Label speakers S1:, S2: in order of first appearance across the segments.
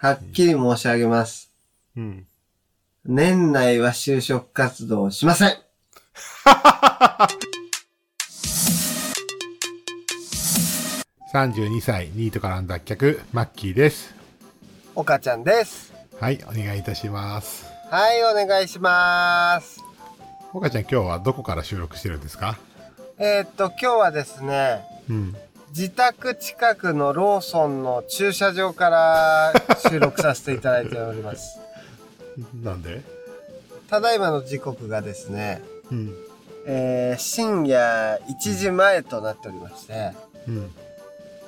S1: はっきり申し上げます。
S2: うん。
S1: 年内は就職活動をしません
S2: 32歳、ニートからの脱却、マッキーです。
S1: 岡ちゃんです。
S2: はい、お願いいたします。
S1: はい、お願いします。
S2: 岡ちゃん、今日はどこから収録してるんですか
S1: えーっと、今日はですね、
S2: うん。
S1: 自宅近くのローソンの駐車場から収録させていただいており ます。
S2: なんで
S1: ただいまの時刻がですね、
S2: うん。
S1: えー深夜1時前となっておりまして、
S2: うん。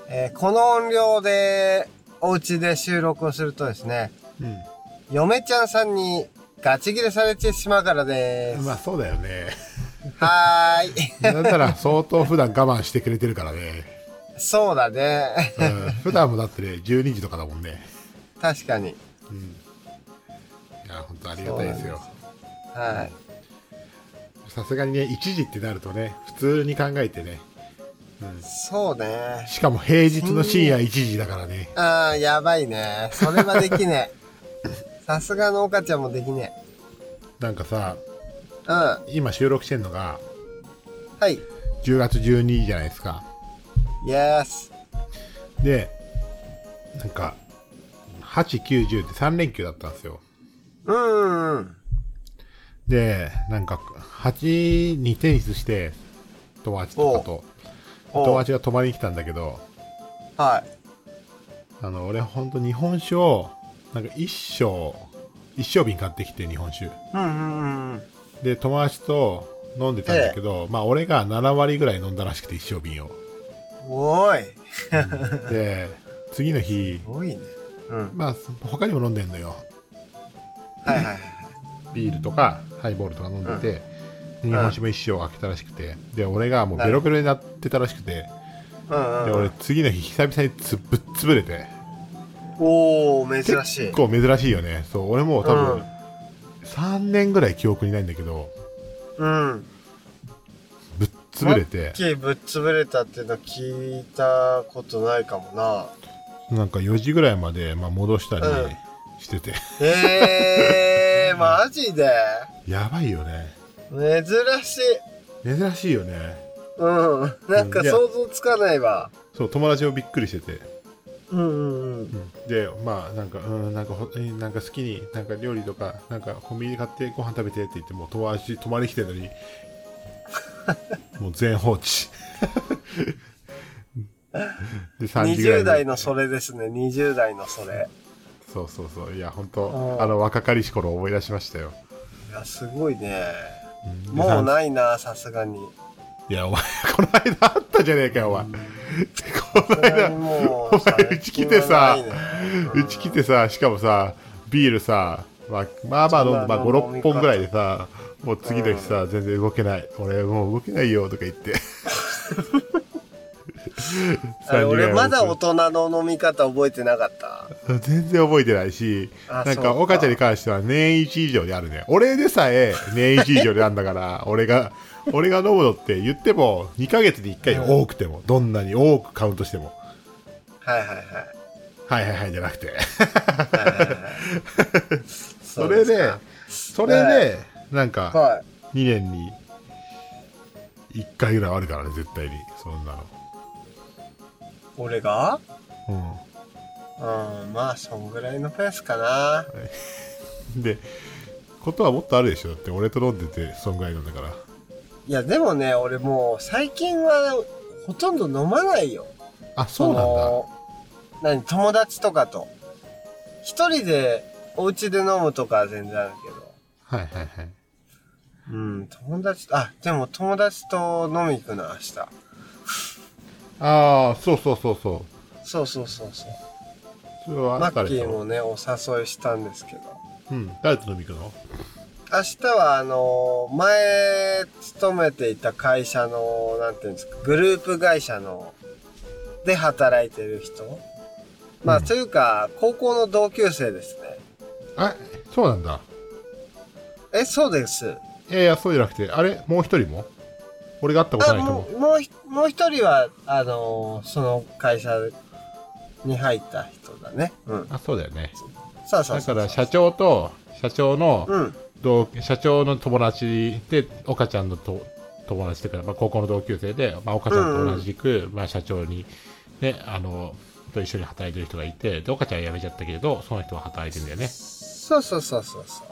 S1: えーこの音量でお家で収録をするとですね、
S2: う
S1: 嫁ちゃんさんにガチ切れされてしまうからで
S2: ん。まあ、そうだよ ね。
S1: す。はーい。
S2: なんなら相当普段我慢してくれてるからね。
S1: そうだね。
S2: うん。普段もだってね、12時とかだもんね。
S1: 確かに。
S2: うん。いや、本当ありがたいですよ。
S1: はい。
S2: さすがにね、1時ってなるとね、普通に考えてね。
S1: そうね。
S2: しかも平日の深夜1時だからね。
S1: ああ、やばいね。それはできねえ。 さすがの岡ちゃんもできねえ。
S2: なんかさ、
S1: うん。は
S2: 今収録してんのが、
S1: い。
S2: 10月12日じゃないですか。
S1: イエス。
S2: で、なんか、8、9、10って3連休だったんですよ。
S1: うんうん。
S2: で、なんか、8にテニスして、友達とかと、
S1: おう
S2: 友達が泊まりに来たんだけど、
S1: はい。
S2: あの、俺ほんと日本酒を、なんか一升、一升瓶買ってきて日本酒。
S1: うんうんうんうん。
S2: で、友達と飲んでたんだけど、まあ俺が7割ぐらい飲んだらしくて一升瓶を。
S1: おーい。
S2: で、次の日、
S1: 多いね。うん。
S2: まあ他にも飲んでんのよ。
S1: はいはいはい。
S2: ビールとかハイボールとか飲んでて、日本酒も一生開けたらしくてで俺がもうベロベロになってたらしくて、
S1: うんう
S2: で
S1: んう
S2: 俺
S1: ん。
S2: 次の日久々につぶっ潰れて
S1: おお珍しい
S2: 結。構珍しいよねそう俺もう多
S1: うん
S2: 分3年ぐらい記憶にないんだけど
S1: うん。
S2: ぶっ潰れて
S1: マッキーぶっ潰れたっていうの聞いたことないかもな。
S2: なんか4時ぐらいまで、まあ、戻したり
S1: うん
S2: してて、
S1: えー、マジで
S2: やばいよね
S1: 珍しい。
S2: 珍しいよね
S1: うん。なんか
S2: いや
S1: 想像つかないわ。
S2: そう友達もびっくりしてて
S1: うんうんうん。
S2: でまあなんかうんなんかほえーなんか好きになんか料理とかなんかコンビニで買ってご飯食べてって言ってもう友達泊まりに来てるのにもう全放置で3時ぐら
S1: 20
S2: いに
S1: 代のそれですね。20代のそれ。
S2: そうそうそういや本
S1: う
S2: 当
S1: ん
S2: あの若かりし頃を思い出しましたよ
S1: いや、すごいね。
S2: で
S1: もう
S2: さん
S1: ないな、さすがに。
S2: いやお前この間あったじゃねえかよお前この間
S1: も
S2: お前 うち来てさうち来
S1: て。
S2: てさしかもさビールさまあまあまあ飲んで、まあ、
S1: そんな飲み
S2: 56
S1: 方
S2: 本ぐらいでさもう次の日さ、全然動けない俺もう動けないよとか言って
S1: あれ俺まだ
S2: 3
S1: 大人の飲み方覚えてなかった。
S2: 全然覚えてないし
S1: あ
S2: なん
S1: そ
S2: か
S1: うか
S2: 岡ちゃんに関しては年一以上であるね俺でさえ年一以上でなんだから 俺が俺が飲むのって言っても2ヶ月に1回多くても、どんなに多くカウントしても
S1: はいはいはい。
S2: はいはいはいじゃなくて
S1: はいはいはい
S2: それで
S1: う
S2: それで、なん
S1: す
S2: か
S1: かはい。
S2: 2年に1回ぐらいはあるからね絶対にそんなの
S1: 俺が
S2: う
S1: うん、まあ、そんぐらいのペースかな。
S2: んでことはもっとあるでしょだって俺と飲んでてそんぐらいなんだから
S1: いや、でもね、俺もう最近はほとんど飲まないよ。
S2: あそうなん
S1: その何友達とかと一人でお家で飲むとかは全然あるけど
S2: だはいはいはい
S1: うん友達あでも友達と飲み行くな明日
S2: ああそうそうそうそう
S1: そうそうそうそう
S2: それは
S1: マ
S2: あった
S1: ッ
S2: で
S1: キ
S2: し
S1: ー
S2: ょ
S1: もねお誘いしたんですけど
S2: うん誰と飲み行くの
S1: 明日はあの前勤めていた会社のなんていうんですかグループ会社ので働いてる人まあ、
S2: うん
S1: というか高校の同級生ですね
S2: あそうなんだ
S1: えそうです
S2: いやいやそうじゃなくてあれもう一人も俺が会ったこと
S1: あ
S2: ない人も
S1: もうもうひもう一人はあのーその会社に入った人だね。うん。
S2: あそうだよね
S1: そうそう
S2: だ
S1: そ
S2: か
S1: う。
S2: ら社長と社長の
S1: うん。
S2: 同社長の友達で岡ちゃんのと友達というか、まあ、高校の同級生で、まあ、岡ちゃんと同じく、まあ、社長に、ね、あのと一緒に働いてる人がいてで岡ちゃんは辞めちゃったけれどその人は働いてるんだよね
S1: そうそうそうそうそう。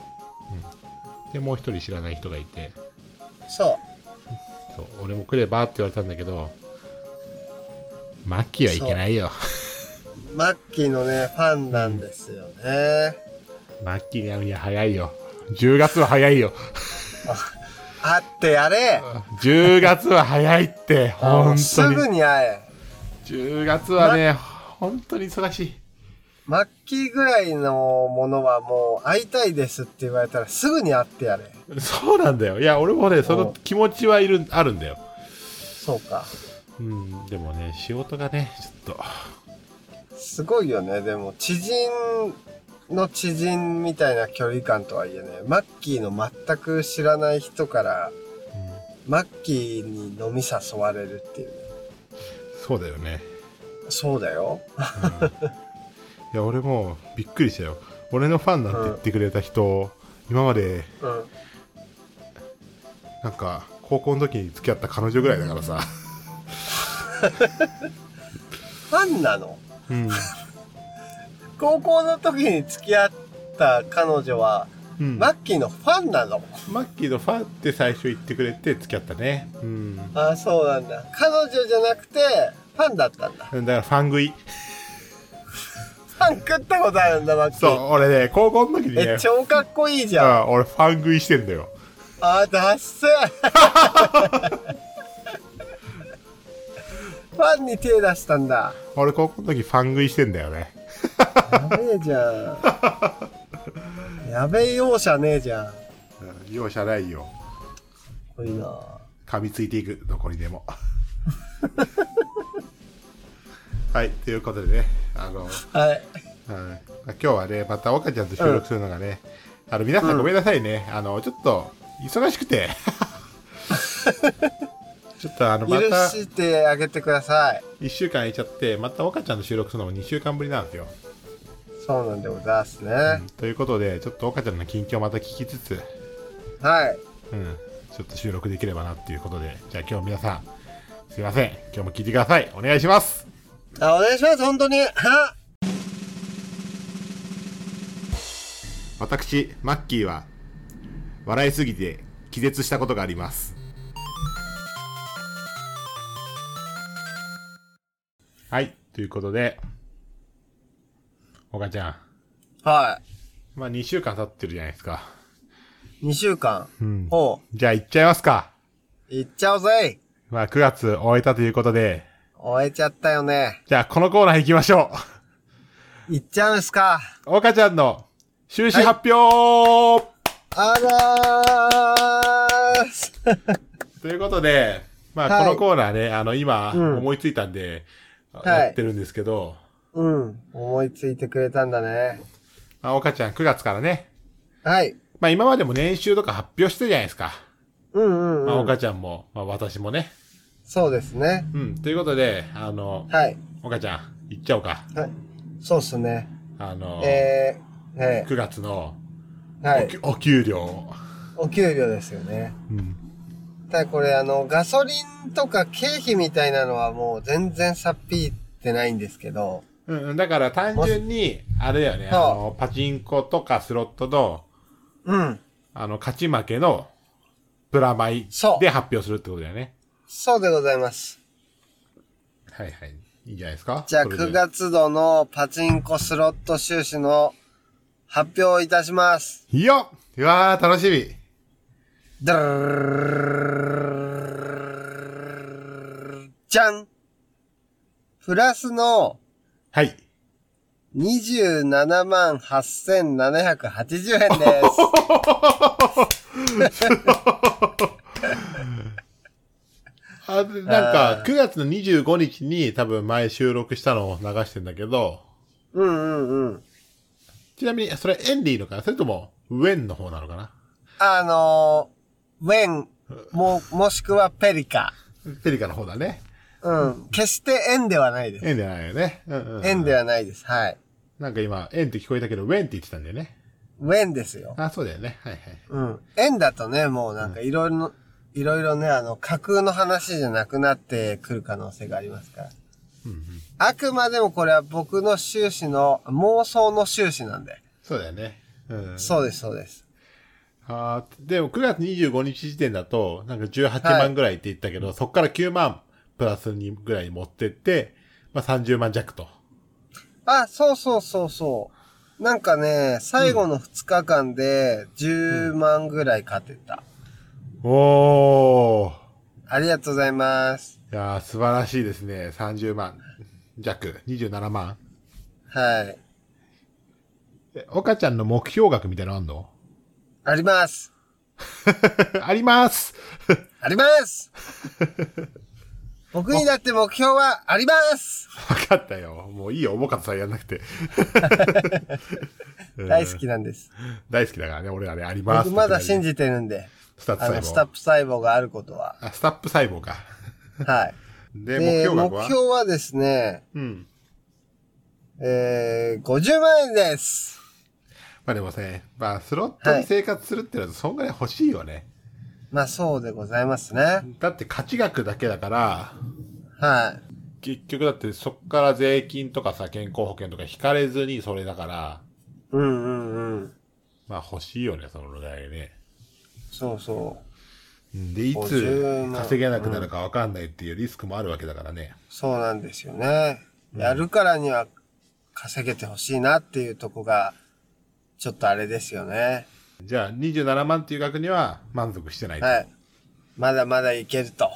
S2: でもう一人知らない人がいて
S1: そ
S2: そう俺も来ればって言われたんだけどマッキーはいけないよ
S1: う。マッキーのね、ファンなんですよね。
S2: マッキーに会うには早いよ10月は早いよ
S1: 会ってやれ
S2: 10月は早いって本
S1: す
S2: 当に
S1: ぐに会え。
S2: 10月はね本当に忙しい
S1: マッキーぐらいのものはもう会いたいですって言われたらすぐに会ってやれ。
S2: そうなんだよ。いや、俺もね、そ
S1: うん
S2: の気持ちはいる、あるんだよ。
S1: そうか。
S2: うん、でもね、仕事がね、ちょっと、
S1: すごいよね。でも、知人の知人みたいな距離感とはいえね、マッキーの全く知らない人から、マッキーに飲み誘われるっていうね。
S2: そうだよね。
S1: そうだよ。
S2: いや、俺もびっくりしたよ。俺のファンなんて言ってくれた人、今まで、
S1: うん。
S2: なんか、高校の時に付き合った彼女ぐらいだからさ。
S1: ファンなの
S2: うん。
S1: 高校の時に付き合った彼女は、
S2: うん、
S1: マ
S2: マ
S1: ッキーのファンなの
S2: ッキーのファンって最初言ってくれて付き合ったね。うん。だ
S1: ああ、そうなんだ。彼女じゃなくて、ファンだったんだ。
S2: からファン食い。
S1: ファン食ったことあるんだ、マッキー。
S2: そう、俺ね、高校の時に
S1: え、
S2: ね、
S1: 超かっこいいじ
S2: う
S1: ゃん。
S2: ん俺ファン食いしてんだよ。
S1: あー、ダッ セーファンに手出したんだ。
S2: 俺高校の時ファン食いしてんだよね。
S1: やべえじ ゃん。やべえ容赦ねえじゃん。か
S2: うん容赦ない
S1: っ
S2: よ。
S1: こいいな。
S2: 噛みついていくどこにでも はいということでねあの、
S1: はい。
S2: うん今日はねまた岡ちゃんと収録するのがね、あの皆さんごめんなさいね、あのちょっと忙しくて ちょっとあのま
S1: 許
S2: た
S1: してあげてください。
S2: 1週間空いちゃってまた岡ちゃんと収録するのも2週間ぶりなんですよ、
S1: そうなんでございますね。
S2: うんということでちょっと岡ちゃんの近況また聞きつつ、
S1: はい。
S2: うん、ちょっと収録できればなっていうことでじゃあ今日皆さんすいません今日も聞いてくださいお願いします
S1: あ、お願いします、本当に。は
S2: 私マッキーは笑いすぎて気絶したことがありますはいということで岡ちゃん
S1: は
S2: まあ2週間経ってるじゃないですか
S1: い。2週間。
S2: うん
S1: ほ
S2: じゃあ行っちゃいますか
S1: う。行っちゃおうぜ
S2: まあ9月終えたということで
S1: 終えちゃったよね。
S2: じゃあこのコーナー行きましょ
S1: 行っちゃうんすか。
S2: う岡ちゃんの終始発表、
S1: あらー
S2: ということで、ま
S1: は
S2: あ、
S1: い
S2: このコーナーね、あの、今、
S1: うん
S2: 思いついたんで、
S1: はい
S2: やってるんですけど、
S1: うん。思いついてくれたんだね。
S2: まあ、岡ちゃん9月からね、
S1: はい。
S2: まあ、今までも年収とか発表してるじゃないですか。
S1: うんうん、
S2: まあ、
S1: うん。
S2: 岡ちゃんも、まあ、私もね。
S1: そうですね。
S2: うん。ということで、あの、
S1: はい。
S2: 岡ちゃん、行っちゃおうか。
S1: はい。そうっすね。
S2: あの、
S1: えー、え
S2: 9月の
S1: ー、は
S2: お
S1: い。
S2: 給、お給料。
S1: お給料ですよね。
S2: うん。
S1: ただこれ、あの、ガソリンとか経費みたいなのはもう全然さっぴいってないんですけど、
S2: うん、だから単純に、あれだよね、あ
S1: はあ
S2: の、パチンコとかスロットの、
S1: うん。
S2: あの、勝ち負けの、プラマイ
S1: そう
S2: で発表するってことだよね。
S1: そうでございます。
S2: はいはい。いいんじゃないですか
S1: じゃあ
S2: それで
S1: 9月度のパチンコスロット収支の発表をいたします。
S2: いいようわー、楽しみ。
S1: ドゥルルルじゃんプラスの
S2: はい。
S1: 27万8780円です。
S2: あなんか、9月の25日に多分前収録したのを流してんだけど、
S1: うんうんうん。
S2: ちなみに、それエンディーのかなそれとも、ウェンの方なのかな
S1: あのー、ウェン、も、もしくはペリカ。
S2: ペリカの方だね。
S1: うん。決して縁ではないです。
S2: 縁ではないよね。うんうんうん
S1: 縁ではないです。はい。
S2: なんか今、縁って聞こえたけど、ウェンって言ってたんだよね。
S1: 縁ですよ。
S2: あ、そうだよね。はいはい。
S1: うん。縁だとね、もうなんかいろいろ、いろいろね、あの、架空の話じゃなくなってくる可能性がありますから。
S2: うんうん。
S1: あくまでもこれは僕の収支の、妄想の収支なんで。
S2: そうだよね。うん。
S1: そうです、そうです。
S2: あーでも9月25日時点だと、なんか18
S1: は
S2: 万
S1: い
S2: ぐらいって言ったけど、そこから9万プラス2ぐらい持ってって、まあ30万弱と。
S1: あ、そうそうそうそう。なんかね、最後の2日間で10万ぐらい勝てた。
S2: おー。
S1: ありがとうございます。
S2: いやー素晴らしいですね。30万弱、27万。
S1: はい。
S2: え岡ちゃんの目標額みたいなのあんの
S1: あります。
S2: あります
S1: あります 僕にだって目標はあります
S2: 分かったよ。もういいよ、重かったさんやんなくて。うん
S1: 大好きなんです。
S2: 大好きだからね、俺はね、あります。
S1: 僕まだ信じてるんで、
S2: スタップ
S1: あ
S2: 細胞。
S1: の、スタップ細胞があることは。
S2: あスタップ細胞か。
S1: はい。
S2: で、目
S1: で、
S2: 標
S1: 目
S2: 額は
S1: 標はですね、
S2: うん。
S1: えー、50万円です。
S2: まあでもね、まあスロットに生活するってのはそんぐらい欲しいよね。
S1: まあそうでございますね。
S2: だって価値額だけだから、
S1: は
S2: 結局だってそっから税金とかさ、健康保険とか引かれずにそれだから、
S1: い。うんうんうん。
S2: まあ欲しいよね、そのぐらいね。
S1: そうそ
S2: うんで、いつ
S1: 50万
S2: 稼げなくなるかわかんないっていうリスクもあるわけだからね。
S1: う。そうなんですよね。やるからには稼げてほしいなっていうとこが、ちょっとあれですよね。
S2: じゃあ27万っていう額には満足してない。
S1: はい。まだまだいけると。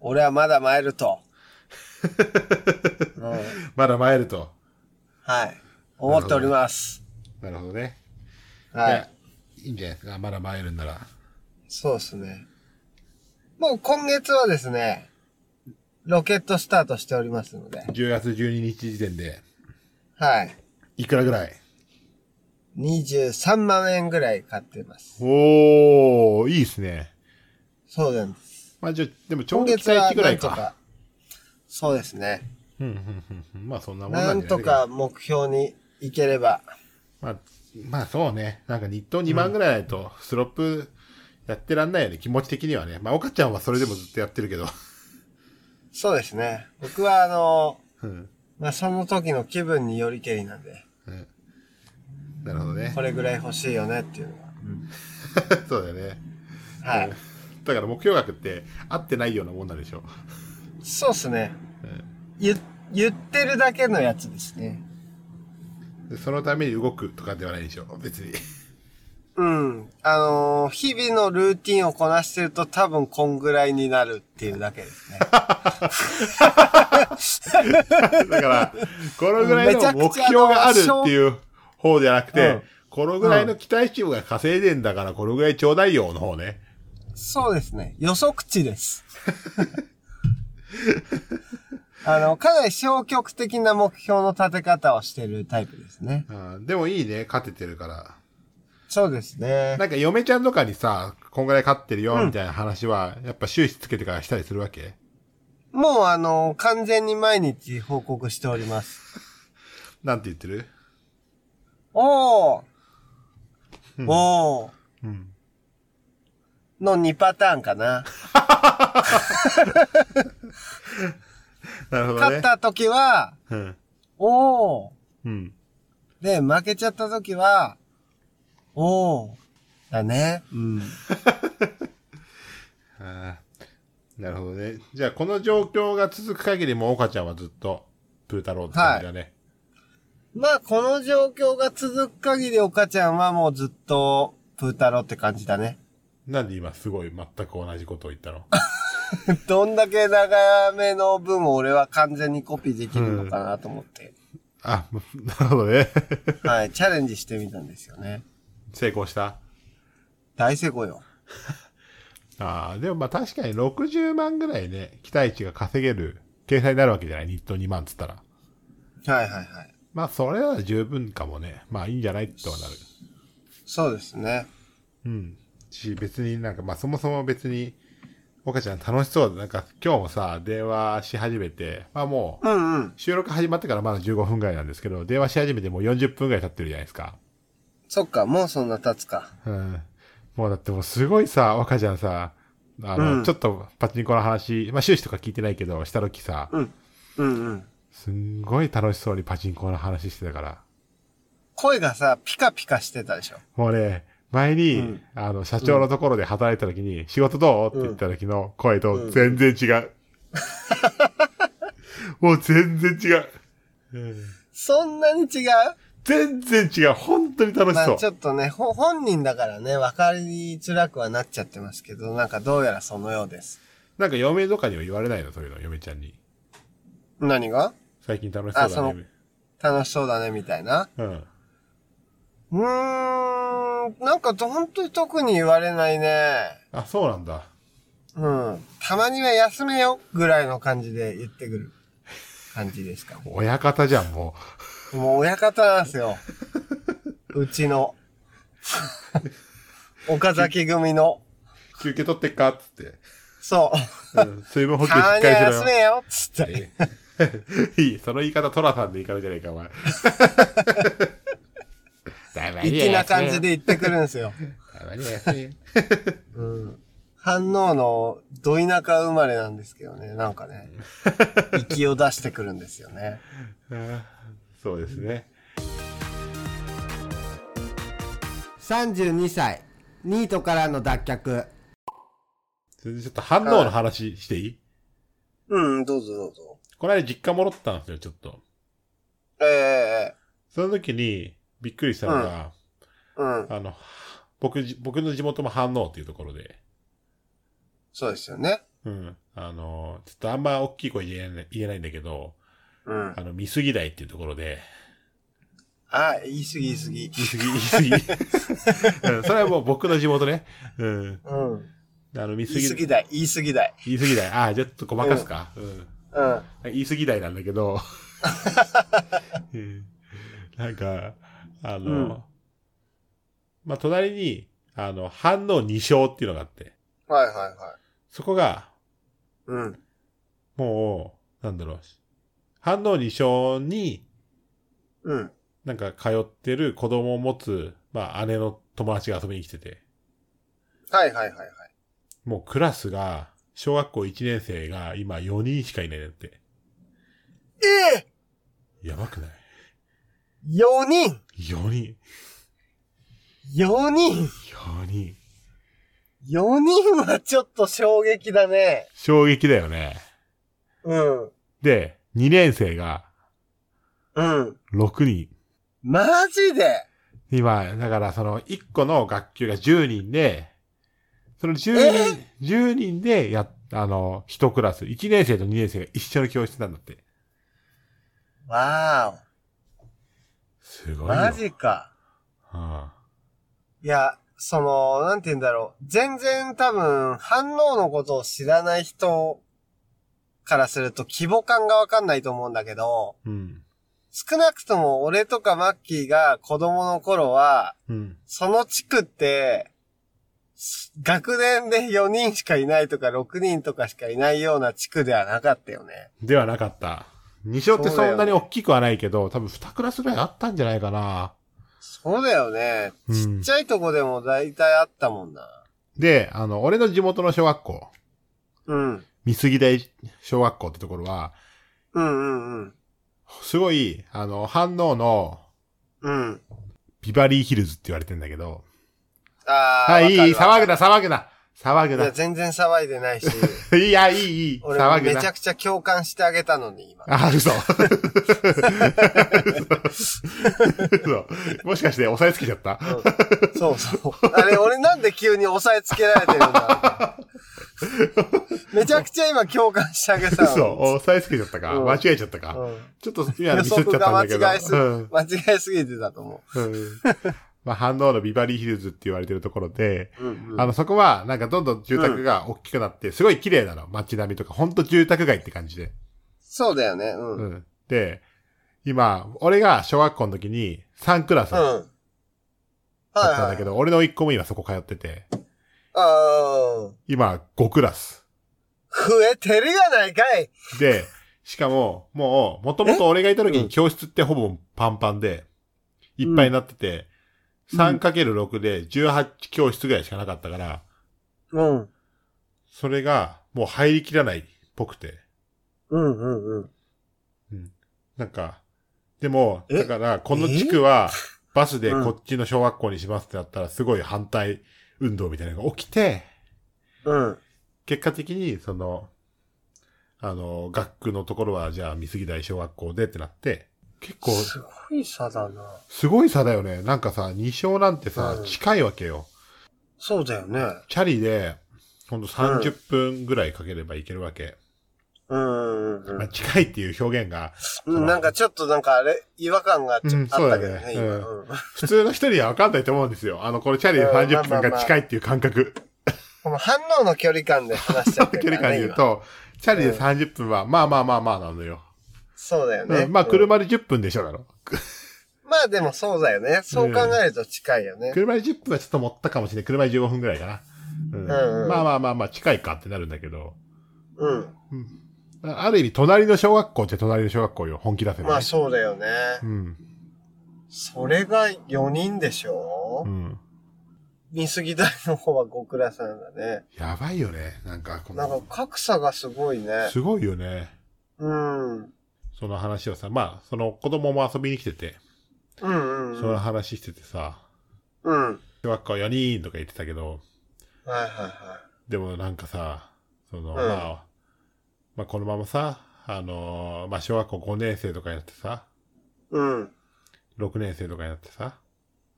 S1: 俺はまだ参る と。うん、はい。
S2: まだ参ると。
S1: 思っております。
S2: なるほどね。
S1: はいい
S2: や。いいんじゃないですか。まだ参るんなら。
S1: そうですね。もう今月はですね、ロケットスタートしておりますので、
S2: 10月12日時点で、
S1: はい。
S2: いくらぐらい
S1: 23万円ぐらい買ってます。
S2: おー、いいですね。
S1: そうなんです。
S2: まあじゃあ、でも長
S1: 今
S2: 期
S1: 月
S2: 期待
S1: は
S2: 値ぐら
S1: ないんと
S2: か。
S1: か、そうですね。
S2: うんうんうんうん。まあそんなもん
S1: な
S2: なん
S1: ん
S2: じゃ
S1: と
S2: ないか
S1: か目標に行ければ、
S2: まあ、まあそうね。なんか日当2万ぐらいないと、スロップやってらんないよね。気持ち的にはね。まあ岡ちゃんはそれでもずっとやってるけど。
S1: そうですね。僕はあの、
S2: うん。
S1: まあ、その時の気分によりけりなんで、
S2: うんなるほどね
S1: こ。れぐらい欲しいよねっていうのは。
S2: そうだよね。
S1: はい。
S2: だから目標額って合ってないようなもんなんでしょ。
S1: そうっすね。言、言ってるだけのやつですね。
S2: でそのために動くとかではないでしょ。別に。
S1: うん。あのー日々のルーティンをこなしてると多分こんぐらいになるっていうだけですね。
S2: だから、このぐらい
S1: めち
S2: の
S1: ゃくちゃ
S2: 目標があるっていう方じゃなくて、
S1: うん
S2: このぐらいの期待値が稼いでんだから、このぐらいちょうだいよの方ね。
S1: そうですね。予測値です。 あの、かなり消極的な目標の立て方をしてるタイプですね。
S2: あーでもいいね、勝ててるから。
S1: そうですね。
S2: なんか嫁ちゃんとかにさ、こんぐらい勝ってるよ、みたいな話は、やっぱ収支つけてからしたりするわけ
S1: もうあのー完全に毎日報告しております。
S2: なんて言ってる
S1: おーおー
S2: うん。
S1: の2パターンかな。
S2: なるほど
S1: 勝
S2: ね
S1: っ。た時は、
S2: うん。
S1: おー
S2: うん。
S1: で、負けちゃった時は、おーだね。うん。
S2: あーなるほどね。じゃあ、この状況が続く限りも、岡ちゃんはずっと、プー太郎って感じだね。
S1: まあ、この状況が続く限り、岡ちゃんはもうずっと、プータロって感じだね。
S2: なんで今、すごい、全く同じことを言ったの
S1: どんだけ長めの分を俺は完全にコピーできるのかなと思って、
S2: あ、 なるほどね。
S1: はい、チャレンジしてみたんですよね。
S2: 成功した。
S1: 大成功よ。
S2: ああ、でもまあ確かに60万ぐらいね、期待値が稼げる計算になるわけじゃない。日当2万っつったら。
S1: はいはいはい。
S2: まあそれは十分かもね。まあいいんじゃないとはなる。
S1: そうですね。
S2: うん。し、別になんかまあそもそも別に、岡ちゃん楽しそうだ。なんか今日もさ、電話し始めて、まあもう、
S1: うんうん。
S2: 収録始まってからまだ15分ぐらいなんですけど、電話し始めてもう40分ぐらい経ってるじゃないですか。
S1: そっか、もうそんな経つか。
S2: うん。もうだってもうすごいさ、若ちゃんさ、あの、
S1: うん
S2: ちょっとパチンコの話、まあ収支とか聞いてないけど、した時さ、
S1: うん。うんうん。
S2: すんごい楽しそうにパチンコの話してたから。
S1: 声がさ、ピカピカしてたでしょ。
S2: もうね、前に、
S1: うん
S2: あの、社長のところで働いた時に、仕事どうって言った時の声と全然違 う。もう全然違う。
S1: そんなに違う
S2: 全然違う。本当に楽し
S1: ま
S2: そう
S1: あ。ちょっとね、ほ本人だからね、分かりづらくはなっちゃってますけど、なんかどうやらそのようです。
S2: なんか嫁とかには言われないのそういうの、嫁ちゃんに。
S1: 何が
S2: 最近楽しそう
S1: あそ
S2: だ
S1: の
S2: ね。
S1: 楽しそうだね、みたいな。
S2: うん。
S1: うーん、なんか本当に特に言われないね。
S2: あ、そうなんだ。
S1: うん。たまには休めよ、ぐらいの感じで言ってくる感じですかね。
S2: 親方じゃん、も
S1: もう親方なんです よ。うちの。 岡崎組の。
S2: う。休憩取ってっかっつって。
S1: そう。
S2: うん水分補給しった
S1: ま
S2: か
S1: には休
S2: り
S1: めよ、つって。
S2: しろよ。 いい、その言い方、トラさんでいいからじゃないか、お前。たま
S1: 粋な感じで
S2: い
S1: 言ってくるんですよ。
S2: たまには休めよ
S1: うん。反応のど田舎生まれなんですけどね、なんか ね。息を出してくるんですよね。
S2: そうですね。
S3: 32歳ニートからの脱却
S2: それでちょっと反応の話していい
S1: うん、どうぞどうぞ。
S2: この間実家戻ったんですよ、ちょっと。
S1: ええ
S2: その時に、びっくりしたのが、
S1: ええうん。
S2: あの、僕じ、僕の地元も反応っていうところで、
S1: そうですよね。
S2: うん。あの、ちょっとあんま大きい声言えない言えないんだけど、
S1: うん。
S2: あの、見過ぎ台っていうところで、
S1: あ、言い過ぎ言い過ぎ。
S2: 言い過ぎ、 言い過ぎ。うん、それはもう僕の地元ね。うん。
S1: うん。
S2: あの、見過
S1: 言い
S2: ぎ、
S1: 過ぎだい、言い過ぎだい。
S2: 言い過ぎ台。ああ、ちょっとごまかすか。うん。
S1: うん。
S2: 言い過ぎ台なんだ けど、うんなんか、あの、
S1: うん
S2: まあ、隣に、あの、反応二章っていうのがあって、
S1: はいはいはい。
S2: そこが、
S1: うん。
S2: もう、なんだろう、反応二章に、
S1: うん。
S2: なんか通ってる子供を持つ、まあ、姉の友達が遊びに来てて、
S1: はいはいはいはい。
S2: もうクラスが、小学校1年生が今4人しかいないんだって。
S1: ええ
S2: やばくない
S1: !4 人
S2: ?4 人。
S1: !4 人
S2: 4人。
S1: !4 人はちょっと衝撃だね。
S2: 衝撃だよね。
S1: うん。
S2: で、2年生が
S1: うん。
S2: 6人。
S1: マジで
S2: 今、だからその1個の学級が10人で、その10人、10人でやっ、あの、1クラス、1年生と2年生が一緒の教室なんだって。
S1: わ
S2: す
S1: ーお。
S2: ごいよ。
S1: マジか。
S2: うん。
S1: いや、その、なんて言うんだろう。全然多分、反応のことを知らない人からすると規模感がわかんないと思うんだけど、
S2: うん。
S1: 少なくとも俺とかマッキーが子供の頃は、
S2: うん。
S1: その地区って、す学年で4人しかいないとか6人とかしかいないような地区ではなかったよね。
S2: ではなかった。二章って
S1: そう
S2: そ
S1: だよね
S2: んなに大きくはないけど、多分二クラスぐらいあったんじゃないかな。
S1: そうだよね。
S2: うん
S1: ちっちゃいとこでも大体あったもんな。
S2: で、あの、俺の地元の小学校、
S1: うん。
S2: 三杉台小学校ってところは、
S1: うんうんうん。
S2: すごい、あの、反応の
S1: うん。
S2: ビバリーヒルズって言われてんだけど、
S1: あー。
S2: はい、いい、いい
S1: わかる
S2: 騒ぐな、騒ぐな、騒ぐ
S1: わいや、
S2: な。
S1: 全然騒いで ないし、
S2: いや、いい、いい、
S1: 俺も
S2: 騒ぐ
S1: めちゃ
S2: な。
S1: くちゃ共感してあげたのに、今。
S2: あ、嘘。嘘。もしかして押さえつけちゃった
S1: うんそうそう。あれ、俺なんで急に押さえつけられてるんだろうめちゃくちゃ今共感してあげ たのに。
S2: 嘘。押さえつけちゃったか
S1: うん
S2: 間違えちゃったか、
S1: うん
S2: ちょっと今
S1: 予
S2: ミスっ
S1: 測
S2: ちゃったん
S1: が
S2: だけど。
S1: 間違えす、
S2: うん
S1: 間違えすぎてたと思
S2: うんまあ、反応のビバリーヒルズって言われてるところで、
S1: う。うん
S2: あの、そこは、なんかどんどん住宅が大きくなって、すごい綺麗なの。街並みとか、ほんと住宅街って感じで。
S1: そうだよね。うん。う。
S2: うんん。で、今、俺が小学校の時に3クラスだ
S1: は
S2: っ
S1: い
S2: たん
S1: は
S2: だけ
S1: い。
S2: ど、俺の1個も今そこ通ってて、
S1: ああ。
S2: 今5クラス。
S1: 増えてるやないかい
S2: で、しかも、もう、もともと俺がいた時に教室ってほぼパンパンで、いっぱいになってて、
S1: うん
S2: 3×6 で18教室ぐらいしかなかったから、
S1: うん。
S2: それがもう入りきらないっぽくて。
S1: うんうんうん。
S2: なんか、でも、
S1: え
S2: だから、この地区は、バスでこっちの小学校にしますってなったら、すごい反対運動みたいなのが起きて、
S1: うん。
S2: 結果的に、その、あの、学区のところは、じゃあ、見杉台小学校でってなって、結構、
S1: すごい差だな。
S2: すごい差だよね。なんかさ、2勝なんてさ
S1: う、ん
S2: 近いわけよ。
S1: そうだよね。
S2: チャリで、ほんと30分ぐらいかければいけるわけ。
S1: うんうん
S2: まあ、近いっていう表現が、
S1: うん。うん、なんかちょっとなんかあれ、違和感がちょ
S2: うん
S1: あったけど
S2: そうだ
S1: ね、
S2: ね
S1: 今。
S2: うん
S1: うん
S2: 普通の人には分かんないと思うんですよ。あの、このチャリで30分が近いっていう感覚。
S1: この反応の距離感で話しちゃって
S2: 距
S1: る
S2: 離
S1: からね。
S2: 感で言うと、チャリで30分は、まあまあまあまあなのよ。
S1: 今そうだよ
S2: う
S1: ね。
S2: んまあ、
S1: うん
S2: 車で10分でしょだろ。
S1: まあでもそうだよね。そう考えると近いよね。
S2: 車で10分はちょっと持ったかもしれない。車で15分ぐらいかな。うん
S1: うんうん
S2: まあまあまあまあ、近いかってなるんだけど。
S1: うん。
S2: ある意味、隣の小学校って隣の小学校よ。本気出せば、ね。
S1: まあそうだよね。
S2: うん。
S1: それが4人でしょ
S2: うん。
S1: 見過ぎ台の方は5クラスなんだね。
S2: やばいよね。なんか、こ
S1: なんか
S2: の、
S1: 格差がすごいね。
S2: すごいよね。
S1: うん。うん
S2: その話をさ、まあ、その子供も遊びに来てて、
S1: うん
S2: その
S1: うん。
S2: 話しててさ、
S1: うん。はい
S2: 小学校4人とか言ってたけど、
S1: はいは
S2: でもなんかさ、その、
S1: ん
S2: まあ、まあこのままさ、あのーまあ小学校5年生とかになってさ、
S1: い。うん。
S2: 6年生とかになってさ、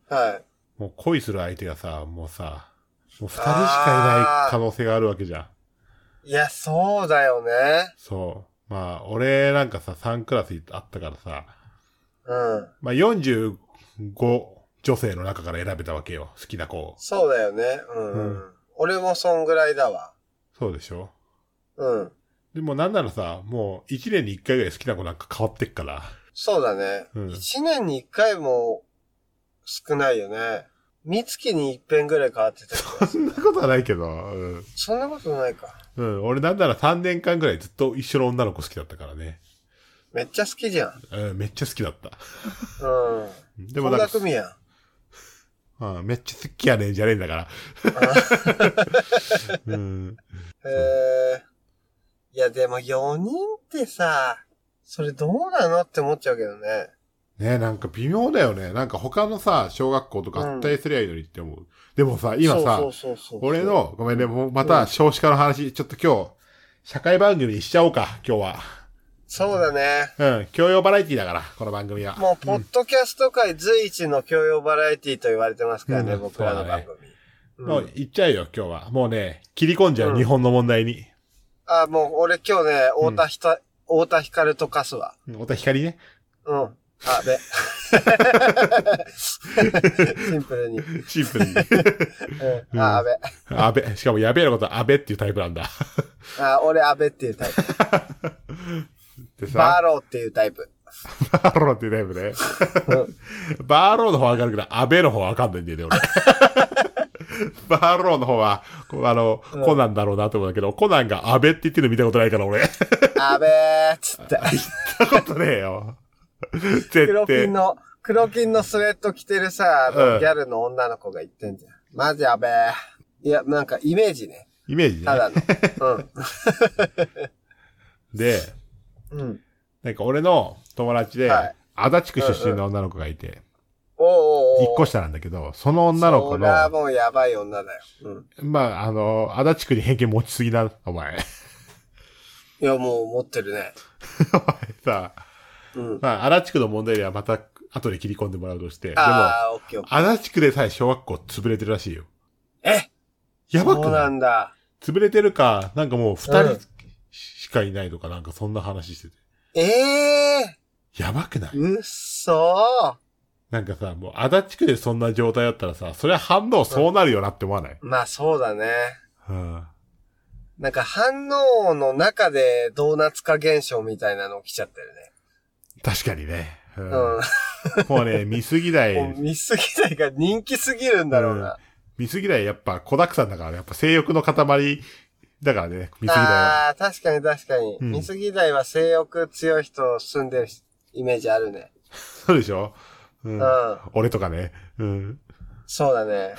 S1: はい。
S2: もう恋する相手がさ、もうさ、もう2人しかいない可能性があるわけじゃん。
S1: いや、そうだよね。
S2: そう。まあ、俺なんかさ、3クラスあったからさ、
S1: うん。
S2: まあ45女性の中から選べたわけよ。好きな子を。
S1: そうだよね。うん。う、
S2: うん
S1: 俺もそんぐらいだわ。
S2: そうでしょ
S1: うん。
S2: でもなんならさ、もう1年に1回ぐらい好きな子なんか変わってっから。
S1: そうだね。
S2: うん
S1: 一、年に一回も少ないよね。三月に一遍ぐらい変わってたよ。
S2: そんなことはないけど、うん。
S1: そんなことないか。
S2: うん、俺なんなら3年間ぐらいずっと一緒の女の子好きだったからね。
S1: めっちゃ好きじゃん。
S2: うん、めっちゃ好きだった。
S1: うん。
S2: で
S1: で
S2: も
S1: も
S2: なんか
S1: 学、組やん。
S2: うん、めっちゃ好きやねんじゃねえんだから。うん、
S1: へえいや、でも4人ってさ、それどうなのって思っちゃうけどね。
S2: ねなんか微妙だよね。なんか他のさ、小学校と合体すりゃいいのにって思う。でもさ、今さ、
S1: そうそうそうそう
S2: 俺、の、ごめんね、もうまた少子化の話、ちょっと今日、社会番組にしちゃおうか、今日は。
S1: そうだね。
S2: うん、教養バラエティだから、この番組は。
S1: もう、ポッドキャスト界随一の教養バラエティと言われてますからね、
S2: うん
S1: 僕らの番組。うん
S2: もう行っちゃうよ、今日は。もうね、切り込んじゃう、
S1: うん
S2: 日本の問題に。
S1: あ、もう、俺今日ね、太田ひた、太田光とかすわ。
S2: うんおた 光ね。
S1: うん。あ、 で。シンプルに。
S2: シンプルに。
S1: うん、あ、安倍。
S2: 安倍、しかもやべえなことは安倍っていうタイプなんだ。
S1: あ、俺安倍っていうタイプ。
S2: で
S1: バー
S2: さ、
S1: ローっていうタイプ。
S2: バーローっていうタイプ ね。バーローの方はわかるけど、安倍の方はわかんないんだよね、俺。バーローの方は、こうあの、コナンだろうなと思うんだけど、コナンが安倍って言ってるの見たことな いから、俺。見
S1: 安倍っつって。
S2: たことねえよ。 絶
S1: 黒
S2: 対
S1: 金。の、黒金のスウェット着てるさ、あの
S2: うん
S1: ギャルの女の子が言ってんじゃん。マジやべえ。いや、なんかイメージね。
S2: イメージ
S1: た
S2: ね。
S1: だの。
S2: で、
S1: うん。うん。
S2: なんか俺の友達で
S1: はい、
S2: 足立区出身の女の子がいて、
S1: おうおうおう
S2: 一個下なんだけど、その女の子
S1: そりゃ
S2: の、
S1: もうやばい女だよ。うん。
S2: まあ、あの、足立区に偏見持ちすぎな、お前。
S1: いや、もう持ってるね。
S2: お前さ、
S1: うん。
S2: まあ、足立区の問題ではまた後で切り込んでもらうとして、でも、
S1: ああ、オッケーオッケ
S2: 足立区でさえ小学校潰れてるらしいよ。
S1: ー。え
S2: やば
S1: そ
S2: く
S1: う
S2: な
S1: ないんだ。
S2: 潰れてるか、なんかもう二
S1: うん
S2: 人しかいないとか、なんかそんな話してて。
S1: ええ
S2: やばくない
S1: ー、うっそ
S2: なんかさ、もう足立区でそんな状態だったらさ、それは反応そうなるよなって思わない
S1: ー。まあそうだね。
S2: うん。
S1: なんか反応の中でドーナツ化現象みたいなの起きちゃってるね。
S2: 確かにね。う
S1: う
S2: ん
S1: ん。
S2: もう ね、見すぎだ
S1: もう
S2: い、
S1: 見すぎないが人気すぎるんだろうな。
S2: 見すぎだいやっぱ子沢山だからね、やっぱ性欲の塊だからね、水着代は。
S1: ああ、確かに確かに。
S2: うん
S1: 水着台は性欲強い人住んでるイメージあるね。
S2: そうでしょう
S1: うんん。。
S2: 俺とかね。うん。
S1: そうだね。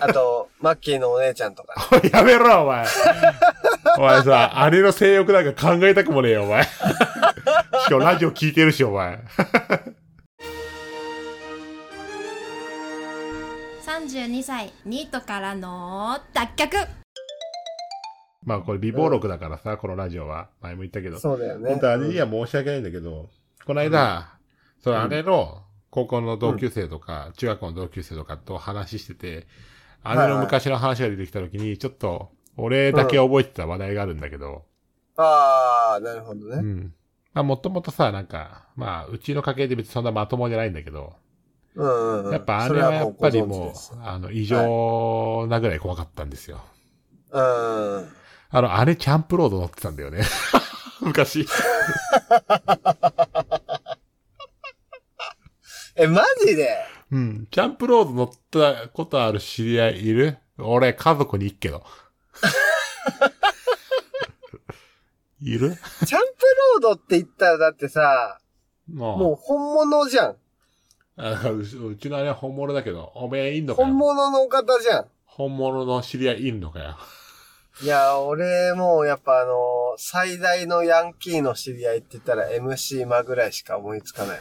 S1: あと、マッキーのお姉ちゃんとか。
S2: おいやめろ、お前。お前さ、姉の性欲なんか考えたくもねえ よ、お前。しかもラジオ聞いてるし、お前。
S4: 32歳ニートからの脱却
S2: まあこれ、美貌録だからさ、このラジオは。前も言ったけ ど。
S1: そうだよね。
S2: 本当姉には申し訳ないんだけど、この間、その姉の高校の同級生とか、中学校の同級生とかと話してて、姉の昔の話が出てきた時に、ちょっと、俺だけ覚えてた話題があるんだけど、
S1: ああ、なるほどね。
S2: うん。まあもともとさ、なんか、まあ、うちの家系で別にそんなまともじゃないんだけど、
S1: うんうんうん。
S2: やっぱ
S1: そ
S2: 姉
S1: れ
S2: はや
S1: もう
S2: っぱり
S1: ご存知
S2: も
S1: です
S2: う、あの、異常なぐらい怖かったんですよ。
S1: うん。
S2: あの、姉キャンプロード乗ってたんだよね。 昔。
S1: え、マジで
S2: うん。キャンプロード乗ったことある知り合いいる俺、家族に行 くけど。いる
S1: チャンプロードって言ったらだってさ、もう
S2: も
S1: 本物じゃん。
S2: うあうち。うちの姉は本物だけど、おめえいんのかよ。
S1: 本物のお方じゃん。
S2: 本物の知り合いいんのかよ。
S1: いや、俺もうやっぱあの、最大のヤンキーの知り合いって言ったら MC マぐらいしか思いつかない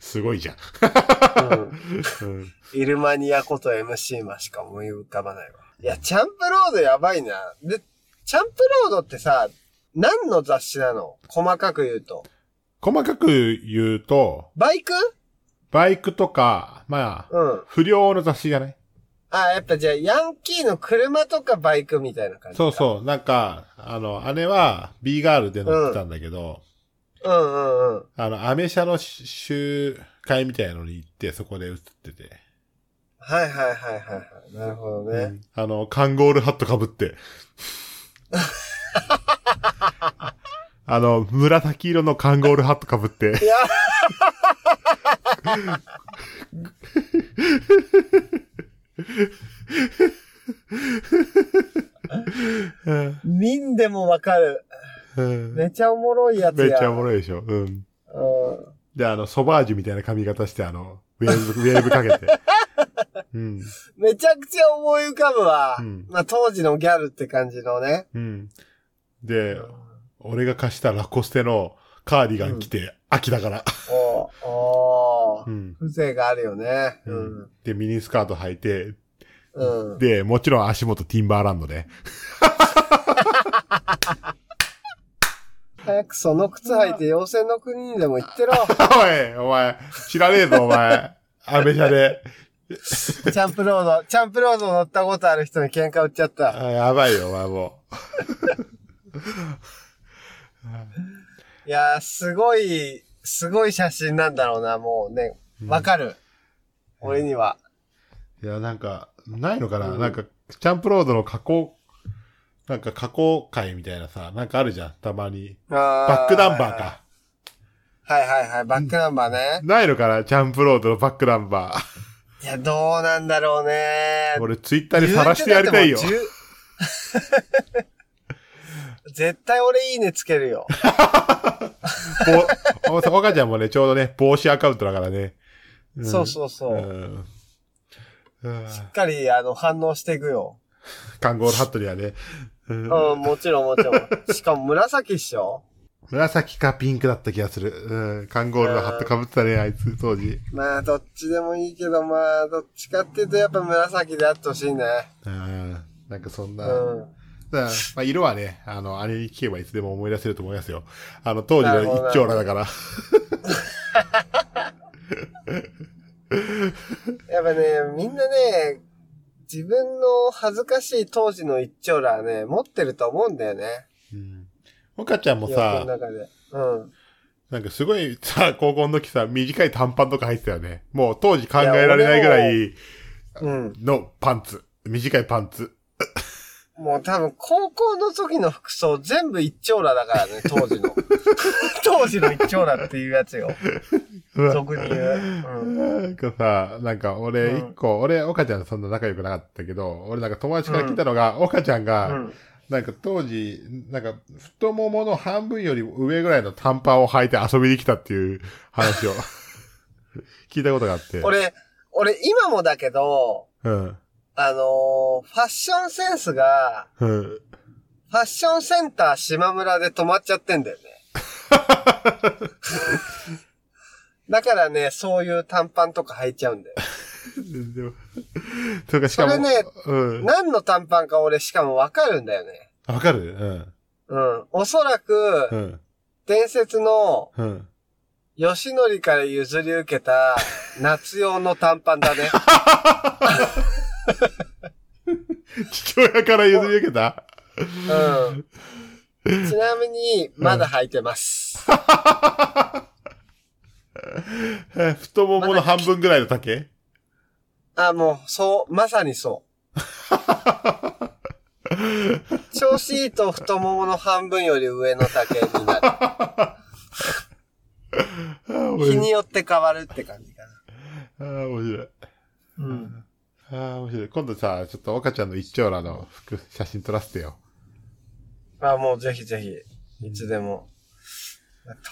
S2: すごいじゃん。
S1: わ。うん。
S2: うん
S1: イルマニアこと MC マしか思い浮かばないわ。いや、チャンプロードやばいな。で、チャンプロードってさ、何の雑誌なの細かく言うと。
S2: 細かく言うと、
S1: バイク
S2: バイクとか、まあ、
S1: うん。
S2: 不良の雑誌じゃない
S1: あ、やっぱじゃあ、ヤンキーの車とかバイクみたいな感じか。
S2: そうそう。なんか、あの、姉は B ガールで乗ってたんだけど、
S1: う。うんうんうん。
S2: あの、アメ車のし集会みたいなのに行って、そこで映ってて。
S1: はいはいはいはいはい。なるほどね。
S2: うんあの、カンゴールハット 被って。あの、紫色のカンゴールハット被って。
S1: いや、
S2: うん
S1: 見んでもわかる。
S2: うん
S1: めちゃおもろいやつや。
S2: めっちゃおも
S1: い。
S2: ろいでしょ。う
S1: う
S2: ん。
S1: ん。
S2: で、あの、ソバージュみたいな髪型して、あの、ウェーブ、ウェーブかけて。 うん。
S1: めちゃくちゃ思い浮かぶわ。
S2: うん
S1: まあ、当時のギャルって感じのね。
S2: うん。で、俺が貸したラコステのカーディガン着て、秋だから。
S1: おーおー
S2: うん。
S1: 風情があるよね。う
S2: うん
S1: ん。
S2: で、ミニスカート履いて、
S1: うん。
S2: で、もちろん足元ティンバーランドね。
S1: 早くその靴履いて妖精の国にでも行って ろ。
S2: おい、お前、知らねえぞ、お前。アメ車で。
S1: チャンプロード、チャンプロード乗ったことある人に喧嘩売っちゃった。
S2: あやばいよ、お前も
S1: いやー、すごい、すごい写真なんだろうな、もうね。わかる。俺には。
S2: う。いや、なんか、ないのかな、なんか、チャンプロードの加工、なんか加工会みたいなさ、なんかあるじゃん、たまに。バ
S1: バ
S2: ックナンバーか。
S1: はいはいはい、バックナンバーね。
S2: ないのかなチャンプロードのバックナンバ ー。
S1: いや、どうなんだろうね。
S2: 俺、ツイッターに晒してやりたいよ。
S1: 言うてだってもう10絶対俺いいねつけるよ。
S2: ぼ お岡ちゃんもね、ちょうどね、帽子アカウントだからね。ん
S1: そうそうそう。
S2: うん。うん
S1: しっかり、あの、反応していくよ。
S2: カンゴールハットにはね。うん
S1: うん、もちろんもちろん。しかも紫っしょ
S2: 紫かピンクだった気がする。うん。カンゴールのハット被ってたね、あいつ、当時。
S1: まあ、どっちでもいいけど、まあ、どっちかっていうとやっぱ紫であってほしいね。
S2: うん。なんかそん
S1: う
S2: な。だか
S1: ん。
S2: らまあ、色はね、あの、あれに聞けばいつでも思い出せると思いますよ。あの、当時の一丁羅だから。
S1: やっぱね、みんなね、自分の恥ずかしい当時の一丁らはね、持ってると思うんだよね。
S2: うん。岡ちゃんも
S1: 記憶の
S2: さ、
S1: 中で。うん。
S2: なんかすごいさ、高校の時さ、短い短パンとか入ってたよね。もう当時考えられないぐらい
S1: うん。
S2: のパンツ。短いパンツ。
S1: もう多分高校の時の服装全部一丁羅だからね、当時 の。当時の一丁羅っていうやつよ。俗 に言う。うん
S2: なんかさ、なんか俺
S1: うん
S2: 一個、俺、岡ちゃんそんな仲良くなかったけど、俺なんか友達から来たのが、岡ちゃんが、
S1: うん
S2: なんか当時、なんか太ももの半分より上ぐらいの短パンを履いて遊びに来たっていう 話を聞いたことがあって。
S1: 俺、俺今もだけど、
S2: うん。
S1: あのーファッションセンスが、
S2: うん。
S1: ファッションセンター島村で止まっちゃってんだよね。 だからね、そういう短パンとか履いちゃうんだよ。
S2: でもとかしかも、
S1: それね
S2: うん。
S1: 何の短パンか俺しかもわかるんだよね。
S2: わかるうん。
S1: うん。おそらく、
S2: うん。
S1: 伝説の
S2: うん。
S1: 吉典から譲り受けた夏用の短パンだ ね。
S2: 父親から譲り受けた
S1: うん。ちなみに、まだ履いてます。
S2: え太ももの半分ぐらいの丈
S1: あ、もう、そう、まさに そう。調子いいと太ももの半分より上の丈に なる。
S2: あー面
S1: 日
S2: 白い
S1: によって変わるって感じか
S2: あー、面白い。
S1: な。うん。
S2: あー面白い。今度さ、ちょっと岡ちゃんの一丁羅の服、写真撮らせてよ。
S1: あ、もうぜひぜひ、いつでも。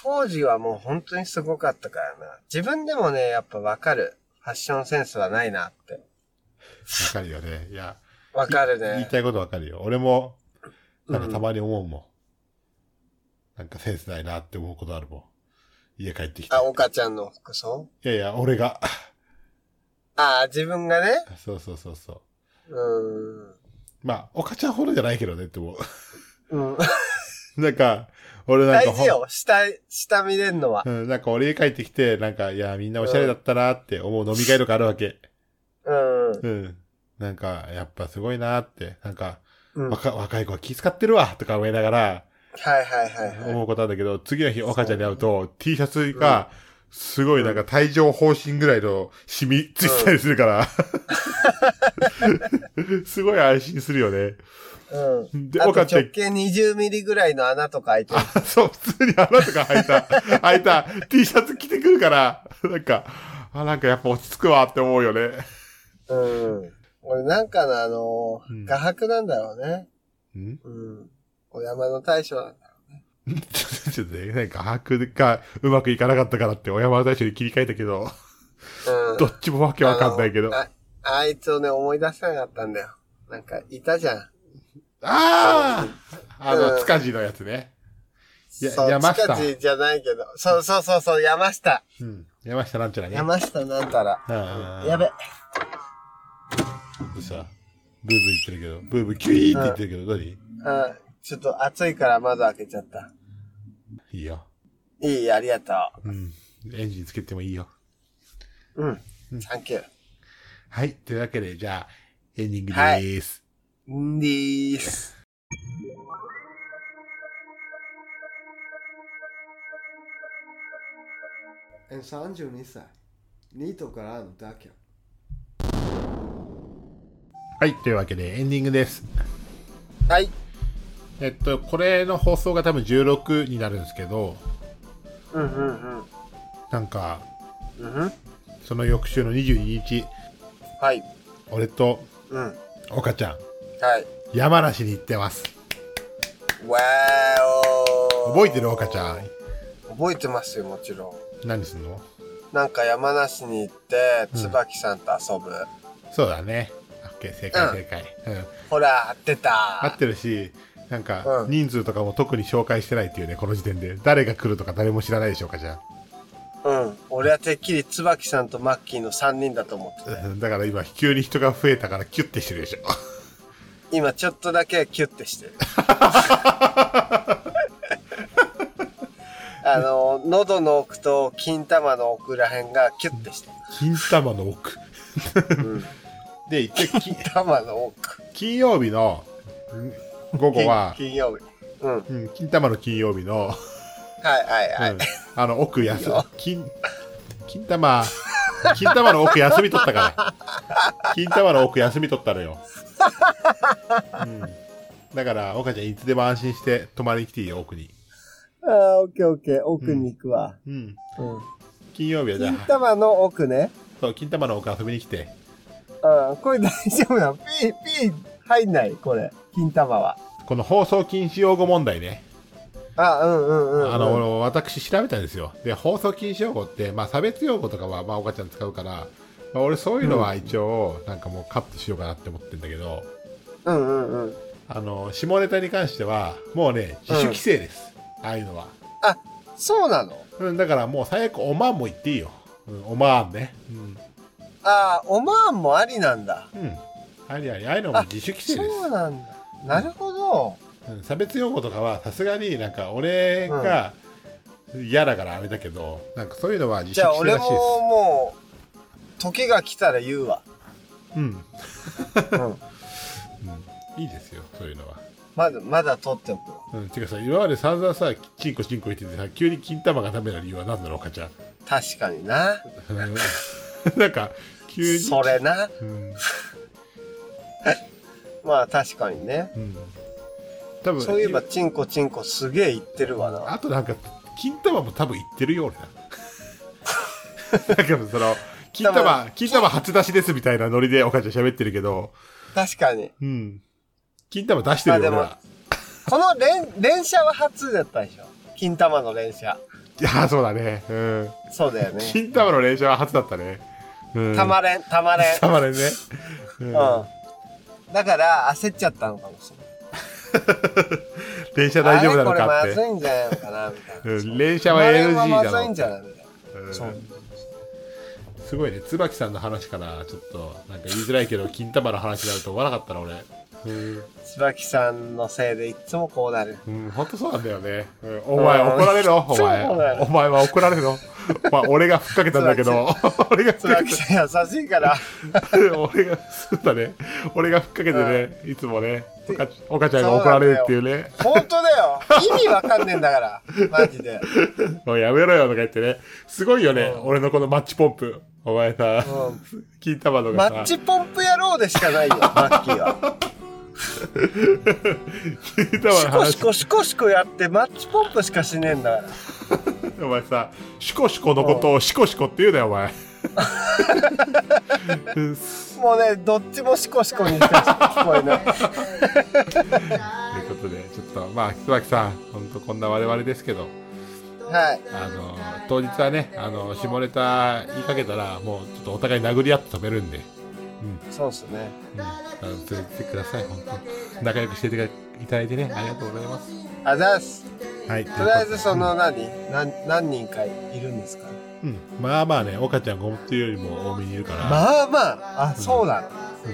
S1: 当時はもう本当にすごかったからな。自分でもね、やっぱわかる。ファッションセンスはないなって。
S2: わかるよね。いや、
S1: わかる
S2: 言い
S1: ね。
S2: たいことわかるよ。俺も、なんか
S1: うん
S2: たまに思うもん。なんかセンスないなって思うことあるもん。家帰ってきて
S1: あ、。岡ちゃんの服装
S2: いやいや、俺が。
S1: あ、自分がね。
S2: そうそうそうそう。
S1: う
S2: まあ、岡ちゃんほどじゃないけどねって思
S1: ー ん。うん。
S2: う。なんか、俺なん
S1: 大
S2: かほん、
S1: 事よ。下、下見れんのは
S2: う。ん、なんか俺家帰ってきて、なんか、いや、みんなおしゃれだったなって思う飲み会とかあるわけ。
S1: うん。
S2: うん。なんか、やっぱすごいなって、なんか、
S1: うん。はい
S2: 若若い子は気遣ってるわとか思いながら
S1: はいはいは
S2: 思うことなんだけど、次の日若ちゃんに会うと、T シャツが、すごいなんか帯状疱疹ぐらいの染みついてたりす るから、すごい安心するよね。
S1: い。うん。
S2: で
S1: あと
S2: 岡
S1: 直
S2: ちゃん
S1: 径20ミリぐらいの穴とか開いてる。
S2: そう、普通に穴とか開いた、 開いた T シャツ着てくるから、なんか、あ、なんかやっぱ落ち着くわって思うよね。
S1: うん。俺なんかのあのー
S2: うん
S1: 画伯なんだろうね。
S2: ん
S1: うん。お山の大将なんだ。
S2: ちょっとね、なんか把握がうまくいかなかったからって、小山田大将に切り替えたけど、
S1: うん。
S2: どっちもわけわかんないけど。
S1: あのああいつをね、思い出せなかったんだよ。なんか、いたじゃん。
S2: あああ
S1: う
S2: の、
S1: ん
S2: 塚地のやつね。や
S1: そう
S2: 山下
S1: 近地じゃないけど。そうそうそうそう、山下。
S2: うん。山下なんちゃらね。
S1: 山下なんたら。
S2: うん
S1: やべ。
S2: どうしたブーブー言ってるけど、ブーブーキュイーって言ってるけど、何
S1: うん。ちょっと暑いから窓開けちゃった。
S2: いいよ。
S1: いい、ありがと
S2: うん。エンジンつけてもいいよ。
S1: う。うん。サンキュー。
S2: はい。というわけで、じゃあ、エンディングでーす。
S1: んでーす。
S3: え32歳ニートからの脱却
S2: はい。というわけで、エンディングです。
S1: はい。
S2: えっと、これの放送が多分16になるんですけど、
S1: うんうんうん。
S2: なんか、
S1: うんうん。
S2: その翌週の22日、
S1: はい。
S2: 俺と
S1: うん。
S2: 岡ちゃん、
S1: はい。
S2: 山梨に行ってます。
S1: わーおー
S2: 覚えてる岡ちゃん。
S1: 覚えてますよ、もちろん。
S2: 何すんの
S1: なんか山梨に行って、椿さんと遊ぶ。
S2: そうだね。オッケー、正
S1: うん
S2: 解正解。うん。
S1: ほら、合ってた
S2: 合ってるし、なんか
S1: うん
S2: 人数とかも特に紹介してないっていうね、この時点で。誰が来るとか誰も知らないでしょうか、じゃ
S1: うん。俺はてっきり椿さんとマッキーの3人だと思ってた。
S2: あ。だから今、急に人が増えたからキュッてしてるでしょ。
S1: 今ちょっとだけキュッてしてる。 あの、喉の奥と金玉の奥らへんがキュッてしてる。
S2: 金玉の奥。 で、一応き
S1: 玉の奥。
S2: 金曜日のん午後は、
S1: 金金曜日。うん。はい
S2: うん、金玉の金曜日の、
S1: はいはい。
S2: うんあの、奥休み、金、金玉、金玉の奥休 み取ったから。金玉の奥休み取ったのよ。うんだから、岡ちゃんいつでも安心して泊まりに来ていいよ、奥に。
S1: ああ、オッケーオッケー。奥に行くわ。
S2: うん。
S1: うん。
S2: 金曜日はじゃ
S1: 金
S2: あ、
S1: 玉の奥ね。
S2: そう、金玉の奥遊びに来て。
S1: うん。これ大丈夫なのピー、ピー入んないこれ。金玉は。
S2: この放送禁止用語問題ね。
S1: あ、うんうんうん、うん。
S2: あの、私調べたんですよ。で、放送禁止用語って、まあ差別用語とかは、まあ岡ちゃん使うから、まあ、俺そういうのは一応、なんかもうカットしようかなって思ってんだけど、
S1: うんうんうん。
S2: あの、下ネタに関しては、もうね、自主規制です。ああいうのは。
S1: あ、そうなの
S2: うん、だからもう最悪おまんも言っていいよ。うん、おまんね。うん。
S1: ああ、オマーンもありなんだ。
S2: うん。ありあり、ああいうのも自主規制です。
S1: そうなんだ。なるほど。
S2: うん差別用語とかはさすがになんか俺が嫌だからあれだけど、なんかそういうのは自
S1: じ
S2: 粛
S1: ゃあ
S2: して
S1: 俺
S2: るら
S1: も
S2: しいで
S1: もう、時が来たら言うわ。
S2: す。うん。
S1: うん。
S2: いいですよ、そういうのは。
S1: まだ、まだ取っておくわ。
S2: うん。てかさ、今まで散々さ、チンコチンコ言っててさ、急に金玉がダメな理由は何だろう、かちゃん。
S1: 確かにな。
S2: うんなんか、急に。
S1: それな。
S2: うん。
S1: まあ確かにね。
S2: うん。多分
S1: そういえば、チンコチンコすげえ言ってるわな。
S2: あとなんか、金玉も多分言ってるよ、俺 な。なんかその、金玉、金玉初出しですみたいなノリでお母ちゃん喋ってるけど、
S1: 確かに。
S2: うん。金玉出してるよ、俺
S1: まあ
S2: ら。
S1: この連、連射は初だったでしょ。金玉の連射。
S2: いやー、 そうだね。うん。
S1: そうだよね。
S2: 金玉の連射は初だったね。うん。
S1: たまれん、たまれん。
S2: た まれね。う
S1: うん
S2: ん。。
S1: だから焦っちゃったのかもしれない。
S2: 連射大丈夫なのか
S1: あ
S2: っ
S1: れ
S2: て
S1: これま。ずいんじゃないのかなみたいな。
S2: うん連射は NG だろ
S1: まずいんじゃないみたい
S2: うん
S1: な。そう。
S2: すごいね。椿さんの話から、ちょっと、なんか言いづらいけど、金玉の話になると思わなかったな、俺。うん。
S1: 椿さんのせいでいつもこうなる。
S2: うん、ほんとそうなんだよね。うんお前、
S1: うん
S2: 怒られろ、お前。
S1: そうだよ
S2: お前は怒られろ。まあ、俺がふっかけたんだけど、俺がふっかけ
S1: 椿さん優しいから。
S2: た、俺が、そうだね。俺がふっかけてね、いつもね、おかおかちゃんが怒られるっていうね。
S1: 本当だよ。意味わかんねえんだから。マジで。
S2: もうやめろよとか言ってね。すごいよね、俺のこのマッチポンプ。お前さ、金玉の
S1: マ
S2: がさ、
S1: ッチポンプ野郎でしかないよ、マッキー は。
S2: 金玉
S1: シ
S2: の
S1: コシ
S2: 話。
S1: コシコシコやってマッチポンプしかしねえんだから。
S2: お前さ、シコシコのことをシコシコって言うなよ、お 前。
S1: もうね、どっちもシコシコにして聞こえない。
S2: ということで、ちょっと、まあ、椿さん、ほんとこんな我々ですけど、
S1: はい。
S2: あの、当日はね、あの、下ネタ言いかけたら、もうちょっとお互い殴り合って止めるんで、
S1: そうっすね。
S2: うん、あの連れてってください、本当仲良くしていただいてね、ありがとうございます。
S1: あざっす。
S2: はい、
S1: とりあえずその何、何、何人かいるんですか
S2: うん、まあまあね、岡ちゃんが思ってるよりも多めにいるから、
S1: まあまあ、あ、そうなの。
S2: う
S1: オ
S2: ん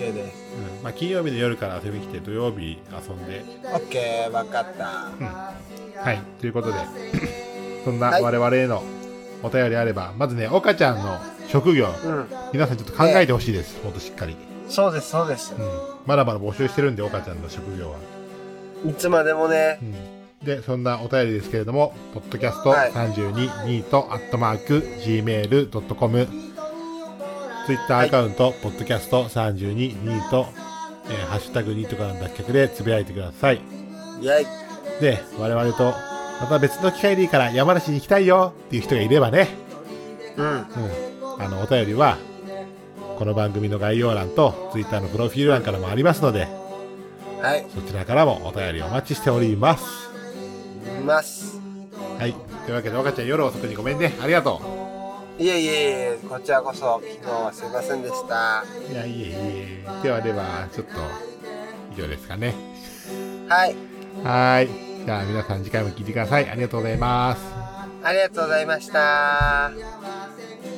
S1: ッケーです。
S2: うんまあ、金曜日の夜から遊びに来て、土曜日遊んで、
S1: オッケー、わかった。
S2: はい、とい うことで、そんな
S1: はい
S2: 我々へのお便りあれば、まずね、岡ちゃんの職業、
S1: うん。
S2: 皆さんちょっと考えてほしいです、もっとしっかり。
S1: そうです、そうです
S2: う。ん、まだまだ募集してるんで、岡ちゃんの職業は。
S1: いつまでもね
S2: う、ん、で、そんなお便りですけれども、ポッドキャスト
S1: はい
S2: 32ニートアットマーク gmail.com、ツイッターアカウント、ポッドキャスト32ニート、えーハッシュタグニートからの脱却でつぶやいてください。
S1: イェイ。
S2: で、我々と、また別の機会でいいから山梨に行きたいよっていう人がいればね、
S1: うん。
S2: うん、あのお便りはこの番組の概要欄とツイッターのプロフィール欄からもありますので
S1: はい。
S2: そちらからもお便りお待ちしております
S1: います。
S2: はいというわけで岡ちゃん夜遅くにごめんねありがと
S1: いえいえいえ、こちらこそ、昨日はすいませんでした。
S2: ういやいえいえではではちょっと以上ですかね
S1: はい。
S2: はーいじゃあ皆さん次回も聞いてくださいありがとうございます
S1: ありがとうございました。
S5: 「